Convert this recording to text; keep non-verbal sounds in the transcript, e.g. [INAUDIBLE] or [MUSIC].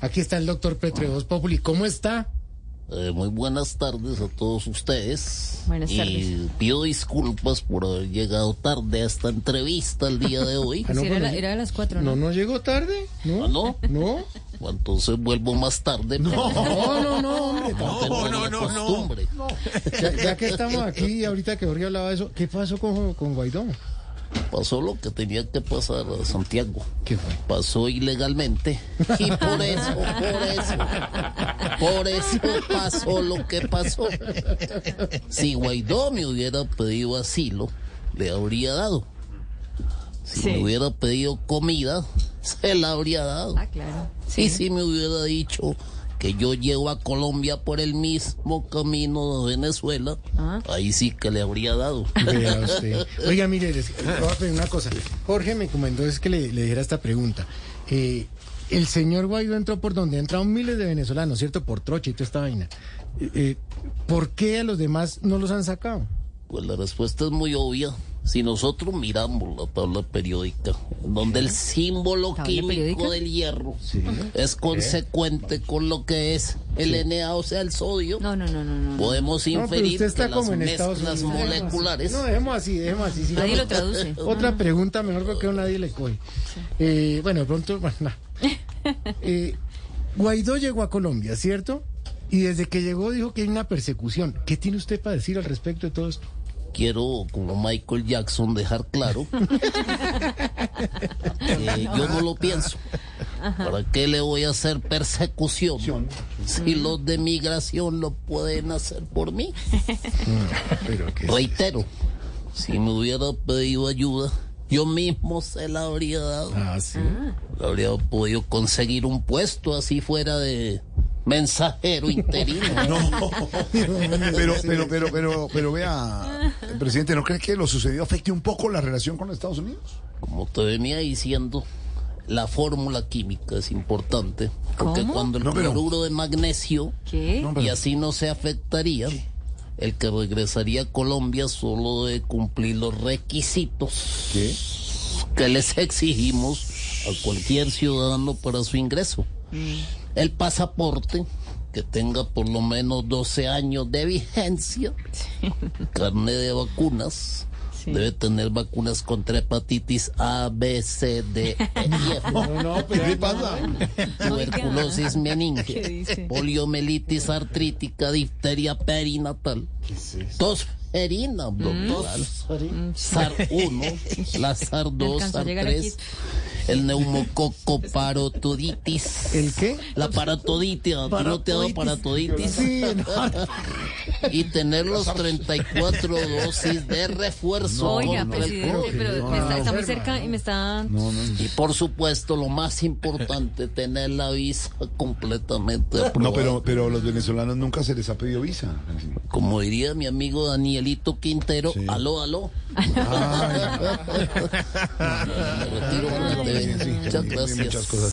Aquí está el doctor Petre Voz Populi. ¿Cómo está? Eh, muy buenas tardes a todos ustedes. Buenas y tardes. pido disculpas por haber llegado tarde a esta entrevista el día de [LAUGHS] hoy. Ah, no, Sí, era, pero- la- era de las cuatro, No, ¿no? no llegó tarde. ¿Ah, No, no? no. Bueno, Entonces vuelvo más tarde. No, no, no, hombre. No, no, no, costumbre. no. Ya, ya que estamos aquí, ahorita que Jorge hablaba de eso, ¿qué pasó con, con Guaidó? Pasó lo que tenía que pasar a Santiago. ¿Qué fue? Pasó ilegalmente. Y por eso, por eso, por eso pasó lo que pasó. Si Guaidó me hubiera pedido asilo, le habría dado. Si Sí. me hubiera pedido comida, se la habría dado. Ah, claro. Y si me hubiera dicho que yo llevo a Colombia por el mismo camino de Venezuela, Ah. ahí sí que le habría dado. Vea usted. Oiga, mire, les les voy a pedir una cosa. Jorge me comentó es que le, le dijera esta pregunta. Eh, el señor Guaidó entró por donde entraron miles de venezolanos, ¿cierto? Por trocha y toda esta vaina. Eh, eh, ¿Por qué a los demás no los han sacado? Pues la respuesta es muy obvia. Si nosotros miramos la tabla periódica, en donde el símbolo ¿Tabla químico periódica? del hierro es consecuente con lo que es el Na, o sea, el sodio, No, no, no, no, no. no. podemos No, Ah, pero inferir usted está que las como en Estados mezclas Unidos. moleculares No, dejemos así, dejemos así. sigamos. Nadie lo traduce. Otra pregunta mejor porque nadie le coge. Eh, bueno, de pronto, bueno, [LAUGHS] nah. Eh, Guaidó llegó a Colombia, ¿cierto? Y desde que llegó dijo que hay una persecución. ¿Qué tiene usted para decir al respecto de todo esto? quiero, como Michael Jackson, dejar [LAUGHS] claro que yo no lo pienso. ¿Para qué le voy a hacer persecución si los de migración lo pueden hacer por mí? Reitero, si me hubiera pedido ayuda, yo mismo se la habría dado. Ah, sí. Habría podido conseguir un puesto así fuera de mensajero [LAUGHS] interino. Pero, pero, pero, pero, pero vea, presidente, ¿no cree que lo sucedido afecte un poco la relación con los Estados Unidos? Como te venía diciendo, la fórmula química es importante. Porque ¿Cómo? cuando el No, pero- cloruro de magnesio, ¿Qué? No, y pero- así no se afectaría, el que regresaría a Colombia solo de cumplir los requisitos ¿Qué? que les exigimos a cualquier ciudadano para su ingreso. El pasaporte que tenga por lo menos 12 años de vigencia, carne de vacunas. Sí. Debe tener vacunas contra hepatitis A, B, C, D, E y [LAUGHS] F, No, no, pero ¿Qué pasa? [LAUGHS] tuberculosis meninge, ¿Qué dice? poliomielitis artrítica, difteria perinatal, tosferina Mm. abdominal, SAR1, Mm, [LAUGHS] la No SAR2, alcanzó a llegar aquí. SAR3, el neumococo parotoditis. ¿El qué? La paratoditis, no te ha dado paratoditis. Sí, no. Y tener los 34 dosis de refuerzo Oiga, contra el presidente, COVID. pero me está, está muy cerca y me está... Y por supuesto, lo más importante, tener la visa completamente aprobada. No, pero, pero a los venezolanos nunca se les ha pedido visa. Como diría mi amigo Danielito Quintero, Sí. aló, aló. Ay, [LAUGHS] Me retiro porque te- sí, sí, Muchas sí, gracias. muchas cosas.